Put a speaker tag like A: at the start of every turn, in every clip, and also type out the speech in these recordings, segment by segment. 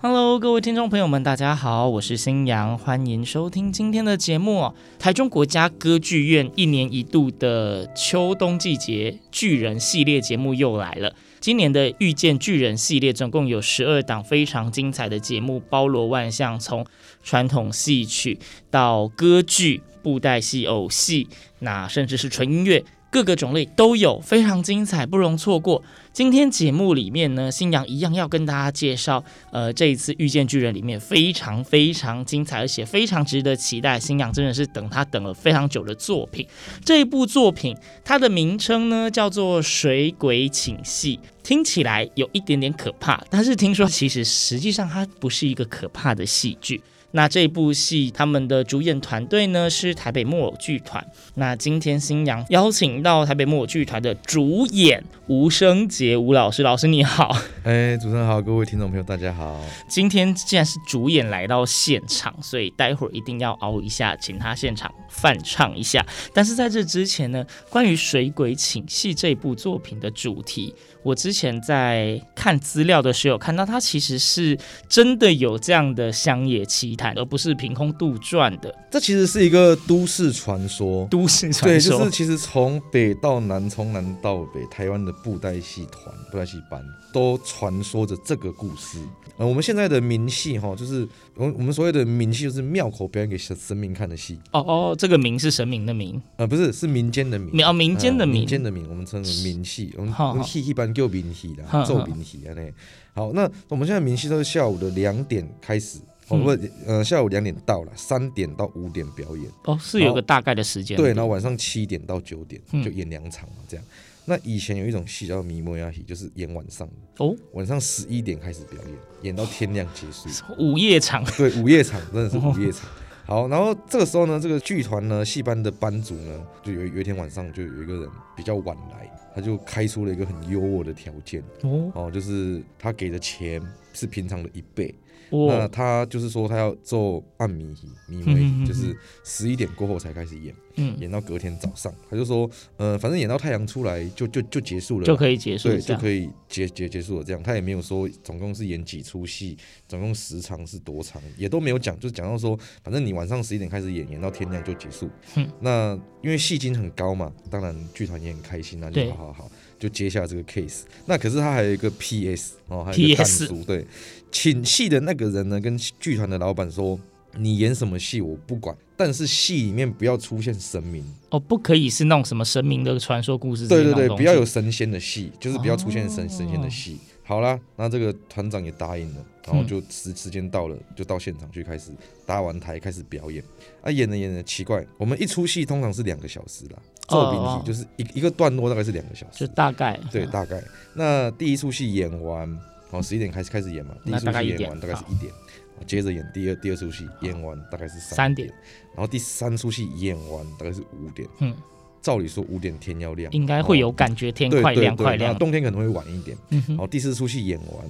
A: Hello，各位听众朋友们，大家好，我是新阳，欢迎收听今天的节目哦。台中国家歌剧院一年一度的秋冬季节巨人系列节目又来了。今年的《遇见巨人》系列总共有十二档非常精彩的节目，包罗万象，从传统戏曲到歌剧、布袋戏、偶戏，那甚至是纯音乐，各个种类都有，非常精彩，不容错过。今天节目里面呢，新阳一样要跟大家介绍，呃，这一次《遇见巨人》里面非常非常精彩，而且非常值得期待。新阳真的是等他等了非常久的作品。这一部作品它的名称呢叫做《水鬼请戏》，听起来有一点点可怕，但是听说其实实际上它不是一个可怕的戏剧。那这部戏他们的主演团队呢是台北木偶剧团。那今天新阳邀请到台北木偶剧团的主演吴生杰吴老师，老师你好。
B: 哎，主持人好，各位听众朋友，大家好。
A: 今天既然是主演来到现场，所以待会儿一定要熬一下，请他现场翻唱一下。但是在这之前呢，关于《水鬼请戏》这部作品的主题，我之前在看资料的时候有看到，它其实是真的有这样的乡野奇谈，而不是凭空杜撰的
B: 这其实是一个都市传说，
A: 都市传
B: 对，
A: 说。
B: 就是其实从北到南，从南到北，台湾的布袋戏团、布袋戏班都传说着这个故事。呃，我们现在的民戏哈，就是我我们所谓的民戏，就是庙口表演给神神明看的戏，
A: 哦嗯哦，这个名是神明的名，
B: 呃，不是，是民间的民
A: 民。哦民间的
B: 呃
A: 名，
B: 民间的民，我们称为民戏，我们
A: 好
B: 我们戏一般叫民戏
A: 好
B: 啦，奏民戏啊那。好，那我们现在民戏都是下午的两点开始，哦
A: 嗯
B: 不，呃，下午两点到了，三点到五点表演。
A: 哦是有个大概的时间。
B: 对，然后晚上七点到九点
A: 嗯
B: 就演两场嘛，这样。那以前有一种戏叫迷摩亚戏，就是演晚上的，
A: 哦，
B: 晚上十一点开始表演，演到天亮结束。
A: 午夜场。
B: 对，午夜场真的是午夜场。好，然后这个时候呢，这个剧团呢，戏班的班主呢，就有有一天晚上就有一个人比较晚来，他就开出了一个很优渥的条件
A: 哦
B: 哦，就是他给的钱是平常的一倍，那
A: 哦
B: 他就是说他要做暗迷戏，迷
A: 嗯嗯嗯
B: 为
A: 嗯
B: 就是十一点过后才开始演。
A: 嗯。
B: 演到隔天早上，他就说，呃，反正演到太阳出来就就就结束了，
A: 就可
B: 以
A: 以结束
B: 对，
A: 这
B: 就
A: 样。
B: 可以结结结束了这样。他也没有说总共是演几出戏，总共时长是多长，也都没有讲，就是讲到说，反正你晚上十一点开始演，演到天亮就结束。
A: 嗯
B: 那因为戏精很高嘛，当然剧团也很开心啊，就
A: 对
B: 好好好。就接下这个 case，那可是他还有一个 PS 哦，还有一个
A: PS
B: 弹珠，对，请戏的那个人呢，跟剧团的老板说，你演什么戏我不管，但是戏里面不要出现神明，
A: 哦，不可以是那种什么神明的传说故事之类
B: 对
A: 的
B: 对
A: 那种东
B: 对，不
A: 西，
B: 要有神仙的戏，就是不要出现神、
A: 哦
B: 神仙的戏。好啦，那这个团长也答应了，
A: 嗯
B: 然后就时时间到了，就到现场去开始搭完台开始表演。啊，演着演着奇怪，我们一出戏通常是两个小时啦，
A: 哦
B: 作品
A: 哦
B: 戏就是一一个段落大概是两个小
A: 就
B: 时，
A: 大概
B: 对，大概。那第一出戏演完，然后十一点开始开始演嘛，第一
A: 那
B: 出
A: 大概
B: 戏
A: 一点
B: 演完大概是一点，哦接着演第二第二出戏演完大概是
A: 三
B: 三
A: 点
B: 点，然后第三出戏演完大概是五点。
A: 嗯，
B: 照理说五点天要亮，哦
A: 应该会有感觉，天
B: 对
A: 快
B: 对
A: 亮
B: 对
A: 快
B: 然
A: 亮
B: 后。冬天可能会晚一点。
A: 嗯哼，
B: 好，第四出戏演完，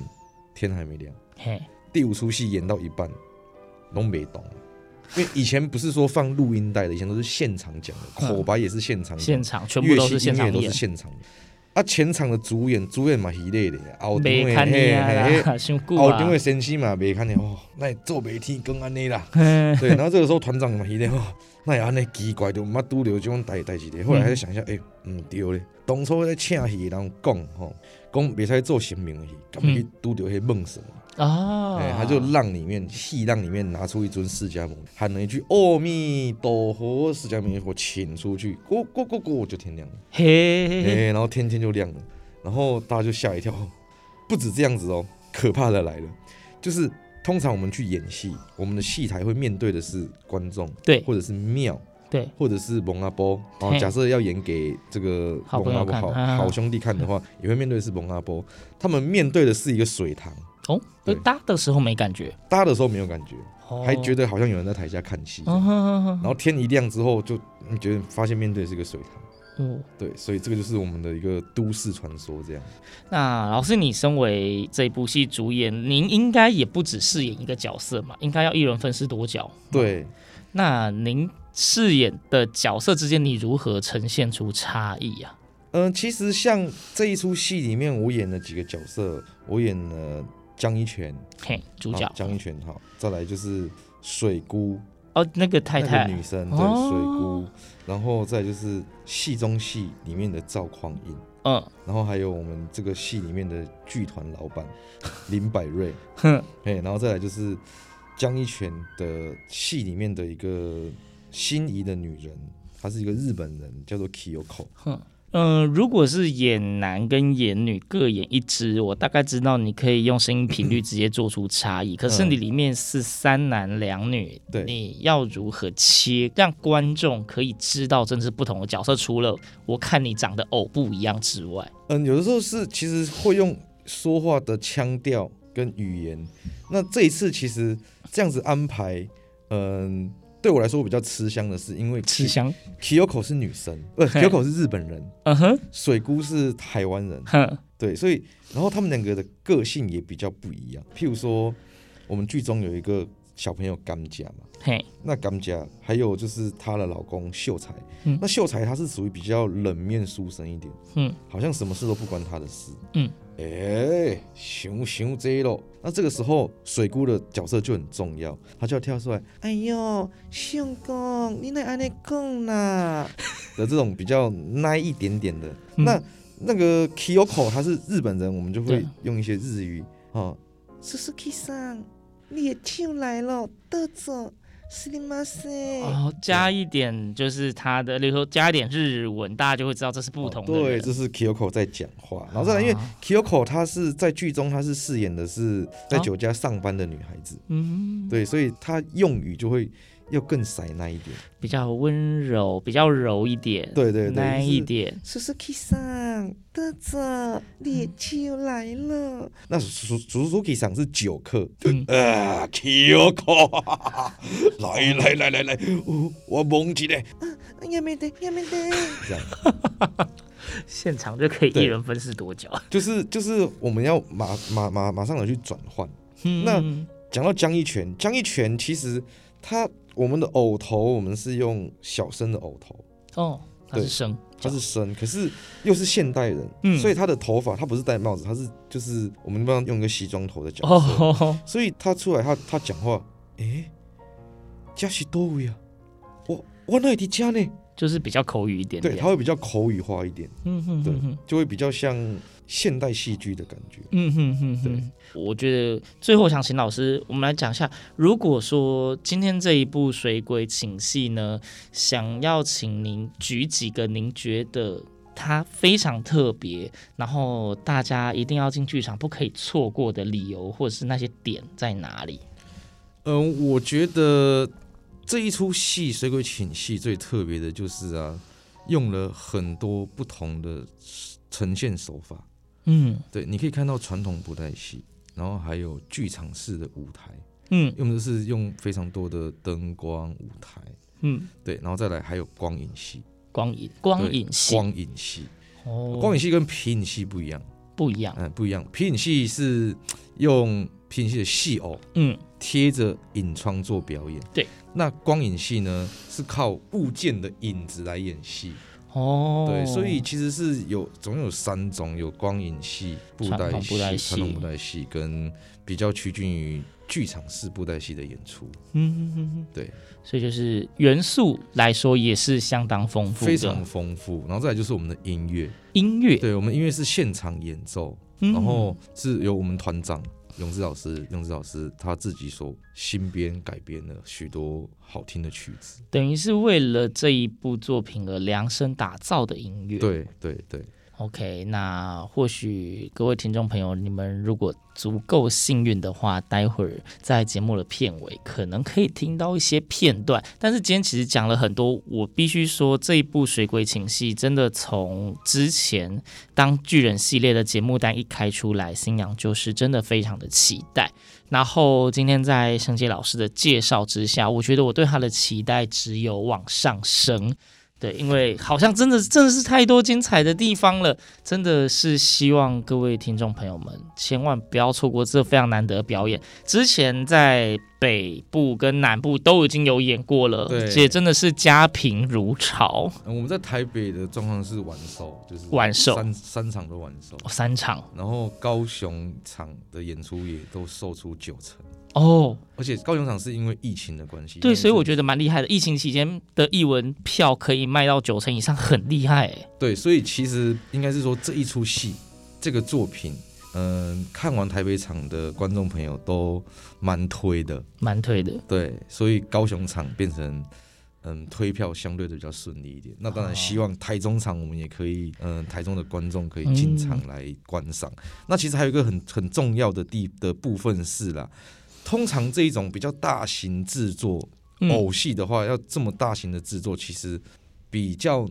B: 天还没亮。
A: 嘿，
B: 第五出戏演到一半，拢没懂了，因为以前不是说放录音带的，以前都是现场讲的，
A: 嗯
B: 口白也是现场讲，
A: 现场全部
B: 乐
A: 都
B: 器
A: 是现
B: 音乐
A: 场
B: 都
A: 演
B: 是，现场的。啊，前场的主演主演嘛，系列的，后场
A: 没
B: 的
A: 看你啊
B: 嘿 嘿嘿哦
A: 啦，辛苦
B: 后
A: 啊
B: 场。的先生嘛，没看你哦，那你做媒体更安尼啦。
A: 嗯
B: 对，然后这个时候团长嘛，伊咧吼，那也安尼奇怪，就毋捌拄着这种代代志咧。后来还想一下，诶、毋对咧，当初咧请戏的人讲吼，讲袂使做神明的戏，敢
A: 嗯
B: 去拄着迄梦神，
A: 啊，
B: 哎、他就让里面戏让里面拿出一尊释迦牟尼，喊了一句“阿弥陀佛”，释迦牟尼佛请出去，咕咕咕咕就天亮了，
A: 嘿嘿
B: 哎、
A: 嘿，
B: 然后天天就亮了，然后大家就吓一跳， 哦不止这样子哦，可怕的来了，就是。通常我们去演戏，我们的戏台会面对的是观众，
A: 对
B: 或者是庙，
A: 对，
B: 或者是蒙阿波。哦
A: 嘿，
B: 假设要演给这个
A: 好
B: 蒙
A: 朋友
B: 阿波
A: 看
B: 好
A: 啊
B: 好兄弟看的话，也会面对的是蒙阿波。他们面对的是一个水塘，
A: 哦，就
B: 对
A: 搭的时候没感觉，
B: 搭的时候没有感觉，
A: 哦
B: 还觉得好像有人在台下看戏，
A: 嗯哼哼
B: 然
A: 哼
B: 后天一亮之后就你觉得发现面对是个水塘，
A: 哦，
B: 对，所以这个就是我们的一个都市传说这样。
A: 那老师，你身为这部戏主演，您应该也不只饰演一个角色嘛，应该要一人分饰多角。
B: 对，
A: 那您饰演的角色之间，你如何呈现出差异啊？
B: 嗯、其实像这一出戏里面，我演了几个角色，我演了江一泉，
A: 嘿，主角
B: 好哦江一泉好，再来就是水姑
A: 哦，那个太
B: 那个
A: 太
B: 女生，对，
A: 哦
B: 水姑，然后再就是戏中戏里面的赵匡胤，
A: 嗯，
B: 然后还有我们这个戏里面的剧团老 板林百瑞，
A: 哼，
B: 哎，然后再来就是江一泉的戏里面的一个心仪的女人，她是一个日本人，叫做 Kyoko。
A: 嗯、如果是演男跟演女各演一支，我大概知道你可以用声音频率 直接做出差异。可是你里面是三男两女，
B: 嗯对
A: 你要如何切，让观众可以知道真是不同的角色？除了我看你长得偶不一样之外，
B: 嗯，有的时候是其实会用说话的腔调跟语言。那这一次其实这样子安排，嗯，对我来说比较吃香的是，因为
A: 吃香，
B: Kyoko 是女生，不是
A: 嘿
B: ，Kyoko 是日本人，
A: 嗯哼，
B: 水姑是台湾人，
A: 哼，
B: 对，所以然后他们两个的个性也比较不一样。譬如说，我们剧中有一个小朋友甘家嘛，
A: 嘿，
B: 那甘家还有就是她的老公秀才，
A: 嗯
B: 那秀才他是属于比较冷面书生一点，
A: 嗯，
B: 好像什么事都不关他的事，
A: 嗯，
B: 哎、熊熊这咯。那这个时候水姑的角色就很重要，她就要跳出来，哎呦，相公，你那安尼讲啦 的这种比较奶一点点的。
A: 嗯
B: 那那个 Kyoko 他是日本人，我们就会
A: 对
B: 用一些日语哦。s u s u k i 桑，你也进来了，得走，すみません。
A: 哦，加一点就是他的，例如说加一点日文，大家就会知道这是不同的
B: 哦对，
A: 人。
B: 这是 Kyoko 在讲话，然后再来，因为
A: 啊
B: Kyoko 她是在剧中，她是饰演的是在
A: 啊
B: 酒家上班的女孩子，
A: 嗯，
B: 对，所以她用语就会要更塞那一点。
A: 比较温柔，比较柔一点，
B: 对对对
A: 奶
B: 就是
A: 一点，
B: s u s u k i 桑，得走，烈酒来了。那 s u s u k i 桑是酒客，
A: 嗯
B: 啊，Kyoko，来来来来来，我我蒙一下，
A: 啊
C: やめてやめて。
B: 这样。
A: 现场就可以一
B: 对
A: 人分饰多角。
B: 就是就是我们要马马马马上的去转换。那
A: 嗯
B: 讲到江一泉，江一泉其实他我们的偶头我们是用小生的偶头，
A: 哦，他是
B: 对
A: 生，
B: 他是生，可是又是现代人，
A: 嗯
B: 所以他的头发他不是戴帽子，他是就是我们一般用一个西装头的角色，
A: 哦，
B: 所以他出来他他讲话，诶、这是多位啊，我我哪里的家呢？
A: 就是比较口语一点
B: 对，
A: 点。
B: 他会比较口语化一点，
A: 嗯哼
B: 对
A: 哼哼，
B: 就会比较像现代戏剧的感觉。
A: 嗯哼哼
B: 对
A: 哼，我觉得最后想请老师，我们来讲一下，如果说今天这一部《水鬼请戏》呢，想要请您举几个您觉得它非常特别，然后大家一定要进剧场不可以错过的理由，或者是那些点在哪里？
B: 嗯，我觉得这一出戏《水鬼请戏》最特别的就是啊，用了很多不同的呈现手法。
A: 嗯
B: 对，你可以看到传统布袋戏，然后还有剧场式的舞台，
A: 嗯
B: 用的是用非常多的灯光舞台，
A: 嗯，
B: 对，然后再来还有光影戏，
A: 光影光
B: 对
A: 影戏，
B: 光影戏，
A: 哦，
B: 光影戏跟皮影戏不一样，
A: 不一样。
B: 嗯，不一样，皮影戏是用皮影戏的戏偶，
A: 嗯
B: 贴着影窗做表演。
A: 对，
B: 那光影戏呢是靠物件的影子来演戏。
A: 哦，
B: 对，所以其实是有总有三种，有光影戏、布
A: 传
B: 袋
A: 统布袋
B: 戏、
A: 戏
B: 传统布袋戏跟比较趋近于剧场式布袋戏的演出。
A: 嗯嗯嗯，
B: 对，
A: 所以就是元素来说也是相当丰富的，
B: 非常丰富。然后再来就是我们的音乐，
A: 音乐，
B: 对我们音乐是现场演奏，
A: 嗯
B: 然后是由我们团长。永志老师，永志老师他自己所新编改编了许多好听的曲子。
A: 等于是为了这一部作品而量身打造的音乐。，
B: 对对对，
A: OK，那或许各位听众朋友，你们如果足够幸运的话，待会儿在节目的片尾可能可以听到一些片段。但是今天其实讲了很多，我必须说这一部《水鬼情戏》真的从之前当巨人系列的节目单一开出来，新娘就是真的非常的期待。然后今天在圣杰老师的介绍之下，我觉得我对他的期待只有往上升。对，因为好像真的真的是太多精彩的地方了，真的是希望各位听众朋友们千万不要错过这非常难得的表演。之前在北部跟南部都已经有演过了，
B: 对
A: 而且真的是家贫如潮，
B: 嗯我们在台北的状况是晚售，就是
A: 晚售
B: 三三场都晚售，
A: 三场
B: 然后高雄场的演出也都售出九成，
A: 哦，
B: 而且高雄场是因为疫情的关系，
A: 对，所以我觉
B: 得
A: 得蛮厉害的。疫情期间的艺文票可以卖到九成以上，很厉害欸。
B: 对，所以其实应该是说这一出戏这个作品，嗯、看完台北场的观众朋友都蛮推的，
A: 蛮推的，
B: 对，所以高雄场变成嗯推票相对的比较顺利一点。那
A: 哦
B: 当然希望台中场我们也可以，嗯，台中的观众可以进场来观赏。
A: 嗯
B: 那其实还有一个很很重要的地的部分是啦，通常这一种比较大型制作、
A: 嗯
B: 偶戏的话，要这么大型的制作其实比较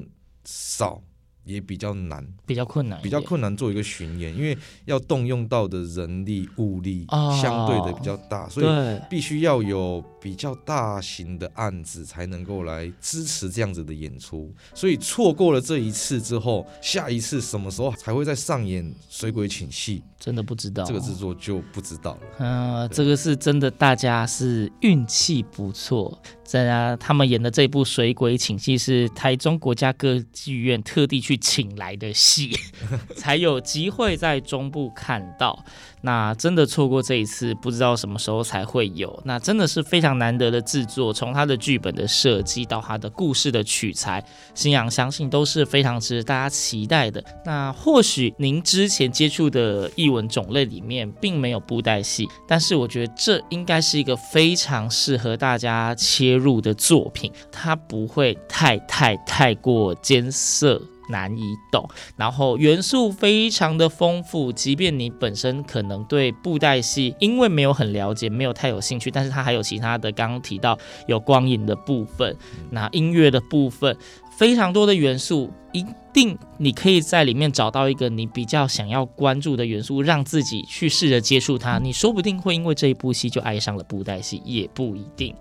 B: 少。也比较难，
A: 比较困难一点，
B: 比较困难做一个巡演，因为要动用到的人力物力
A: 哦
B: 相对的比较大，所以
A: 对，
B: 必须要有比较大型的案子才能够来支持这样子的演出，所以错过了这一次之后，下一次什么时候才会再上演《水鬼请戏
A: 真的不知道》
B: 这个制作就不知道了。
A: 嗯，这个是真的，大家是运气不错。大家他们演的这部《水鬼请戏》是台中国家歌剧院特地去请来的戏， 才有机会在中部看到。那真的错过这一次，不知道什么时候才会有。那真的是非常难得的制作，从它的剧本的设计到它的故事的取材，新阳相信都是非常值得大家期待的。那或许您之前接触的译文种类里面并没有布袋戏，但是我觉得这应该是一个非常适合大家切入的作品，它不会太太太过艰涩。难以懂，然后元素非常的丰富，即便你本身可能对布袋戏因为没有很了解，没有太有兴趣，但是它还有其他的，刚刚提到有光影的部分，那音乐的部分，非常多的元素，一定你可以在里面找到一个你比较想要关注的元素，让自己去试着接触它。你说不定会因为这一部戏就爱上了布袋戏，也不一定。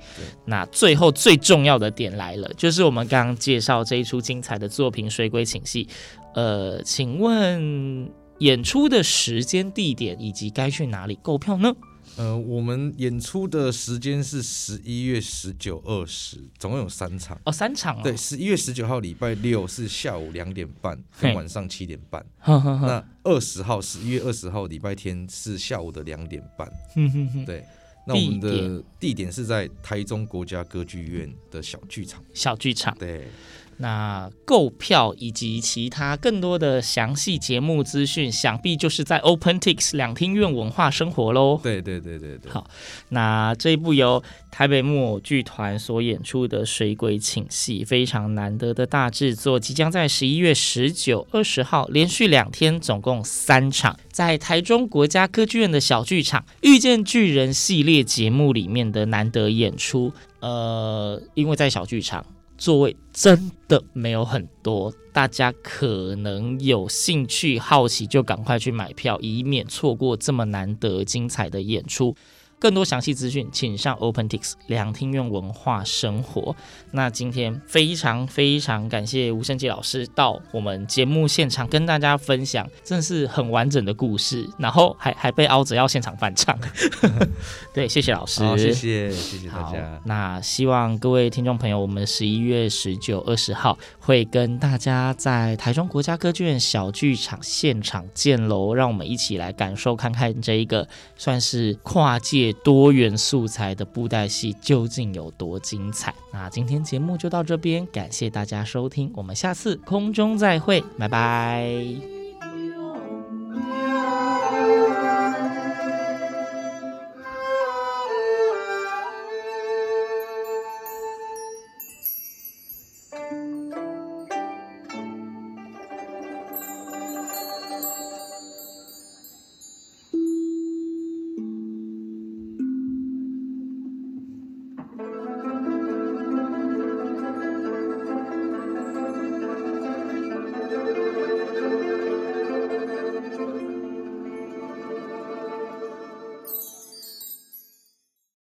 A: 那最后最重要的点来了，就是我们刚刚介绍这一出精彩的作品《水鬼请戏》。呃，请问演出的时间、地点以及该去哪里购票呢？
B: 呃，我们演出的时间是十一月十九、二十，总共有三场。
A: 哦，三场哦。
B: 对，十一月十九号礼拜六是下午两点半
A: 嘿
B: 跟晚上七点半。
A: 哼哼哼，
B: 那二十号，十一月二十号礼拜天是下午的两点半。
A: 嗯哼哼哼
B: 对，那我们
A: 地
B: 的
A: 点
B: 地点是在台中国家歌剧院的小剧场。
A: 小剧场。
B: 对，
A: 那购票以及其他更多的详细节目资讯，想必就是在 OpenTix 两厅院文化生活喽。
B: 对对对对对
A: 好，那这一部由台北木偶剧团所演出的《水鬼请戏》，非常难得的大制作，即将在十一月十九、二十号连续两天，总共三场，在台中国家歌剧院的小剧场《遇见巨人》系列节目里面的难得演出。呃，因为在小剧场。座位真的没有很多，大家可能有兴趣、好奇就赶快去买票，以免错过这么难得精彩的演出。更多详细资讯，请上 OpenTix 两厅院文化生活。那今天非常非常感谢吴胜杰老师到我们节目现场跟大家分享，真的是很完整的故事，然后还还被凹着要现场 翻唱。对，谢谢老师，
B: 好，谢谢谢谢大家
A: 好，，那希望各位听众朋友，我们十一月十九、二十号会跟大家在台中国家歌剧院小剧场现场见喽，让我们一起来感受看看这一个算是跨界多元素材的布袋戏究竟有多精彩。那今天节目就到这边，感谢大家收听，我们下次空中再会，拜拜。